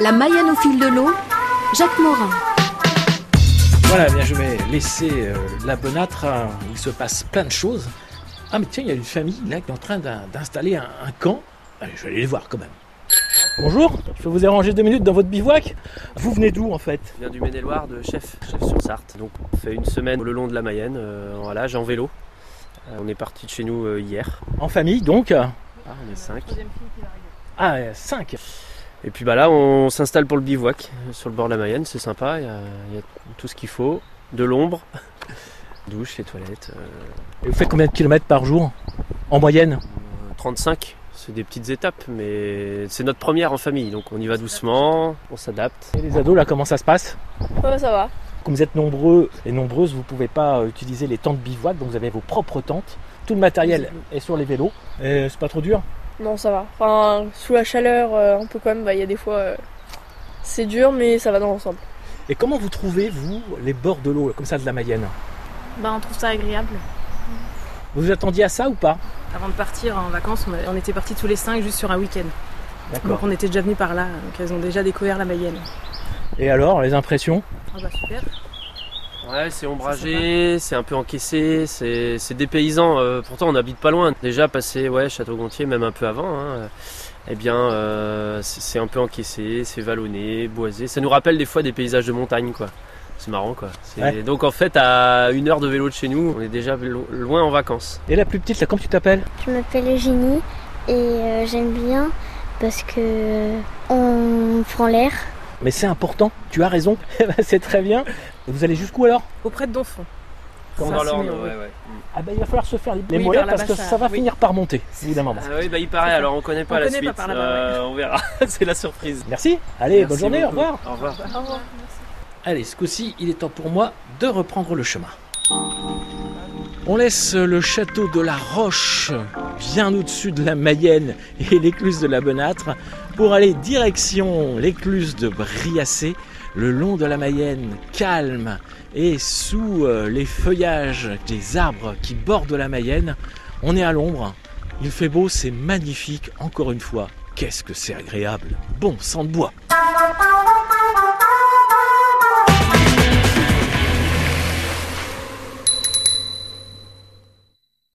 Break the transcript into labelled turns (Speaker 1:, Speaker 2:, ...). Speaker 1: La Mayenne au fil de l'eau, Jacques Morin.
Speaker 2: Voilà, bien, je vais laisser euh, la bonâtre. hein, Il se passe plein de choses. Ah, mais tiens, il y a une famille là qui est en train d'in- d'installer un, un camp. Allez, je vais aller les voir quand même.
Speaker 3: Bonjour, je vous ai rangé deux minutes dans votre bivouac. Vous venez d'où en fait
Speaker 4: Je viens du Maine-et-Loire, de chef, chef sur Sarthe. Donc on fait une semaine le long de la Mayenne, euh, en halage, en vélo. Euh, on est parti de chez nous euh, hier.
Speaker 3: En famille donc
Speaker 4: Ah, on est cinq.
Speaker 3: Ah, euh, cinq.
Speaker 4: Et puis bah là, on s'installe pour le bivouac euh, sur le bord de la Mayenne, c'est sympa. Il y, a- il y a tout ce qu'il faut, de l'ombre, douche, les toilettes. euh,
Speaker 3: Et vous faites combien de kilomètres par jour En moyenne
Speaker 4: 35, c'est des petites étapes, mais c'est notre première en famille, donc on y va doucement, on s'adapte.
Speaker 3: Et les ados là, comment ça se passe
Speaker 5: Ouais, ça va.
Speaker 3: Comme vous êtes nombreux et nombreuses, vous ne pouvez pas euh, utiliser les tentes bivouac, donc vous avez vos propres tentes. Tout le matériel est sur les vélos.
Speaker 2: Euh,
Speaker 3: Et c'est pas trop dur
Speaker 5: Non, ça va. Enfin, sous la chaleur, euh, un peu quand même, bah, il y a des fois. euh, c'est dur, mais ça va dans l'ensemble.
Speaker 3: Et comment vous trouvez, vous, les bords de l'eau, là, comme ça, de la Mayenne
Speaker 6: Bah, on trouve ça agréable.
Speaker 3: Vous vous attendiez à ça ou pas
Speaker 6: Avant de partir en vacances, on, a- on était partis tous les cinq juste sur un week-end. Donc
Speaker 3: D'accord.
Speaker 6: on était déjà venus par là, donc elles ont déjà découvert la Mayenne.
Speaker 3: Et alors, les impressions
Speaker 6: Ah bah super.
Speaker 4: Ouais, c'est ombragé, c'est un peu encaissé, c'est c'est dépaysant. Euh, pourtant, on n'habite pas loin. Déjà, passer ouais, Château-Gontier, même un peu avant, hein, euh, eh bien, euh, c'est c'est un peu encaissé, c'est vallonné, boisé. Ça nous rappelle des fois des paysages de montagne, quoi. C'est marrant, quoi. C'est-
Speaker 3: Ouais.
Speaker 4: Donc, en fait, à une heure de vélo de chez nous, on est déjà lo- loin en vacances.
Speaker 3: Et la plus petite, là, comment tu t'appelles
Speaker 7: Je m'appelle Eugénie et euh, j'aime bien parce que euh, on prend l'air.
Speaker 3: Mais c'est important, tu as raison, Eh ben, c'est très bien. Et vous allez jusqu'où alors
Speaker 6: Auprès de Donfon.
Speaker 3: Comme
Speaker 6: Ça,
Speaker 4: dans
Speaker 6: c'est
Speaker 4: l'Orne,
Speaker 6: mignon, oui.
Speaker 4: ouais, ouais.
Speaker 3: Ah bah il va falloir se faire les
Speaker 6: Oui,
Speaker 3: mollets
Speaker 6: vers la
Speaker 3: parce que
Speaker 6: Bacha,
Speaker 3: ça va
Speaker 6: oui.
Speaker 3: finir par monter, au bout d'un moment.
Speaker 4: Ah oui, bah, il paraît,
Speaker 6: ça.
Speaker 4: alors on connaît pas
Speaker 6: On
Speaker 4: la
Speaker 6: connaît pas
Speaker 4: suite.
Speaker 6: par là-bas,
Speaker 4: Euh, On verra. c'est la surprise.
Speaker 3: Merci, allez, bonne
Speaker 4: Merci
Speaker 3: journée, au
Speaker 4: beaucoup.
Speaker 3: revoir.
Speaker 4: Au revoir.
Speaker 2: Allez, ce coup-ci, il est temps pour moi de reprendre le chemin. On laisse le château de la Roche, bien au-dessus de la Mayenne et l'écluse de la Benâtre, pour aller direction l'écluse de Briassé, le long de la Mayenne, calme et sous euh, les feuillages des arbres qui bordent la Mayenne. On est à l'ombre, il fait beau, c'est magnifique, encore une fois. Qu'est-ce que c'est agréable! Bon sang de bois!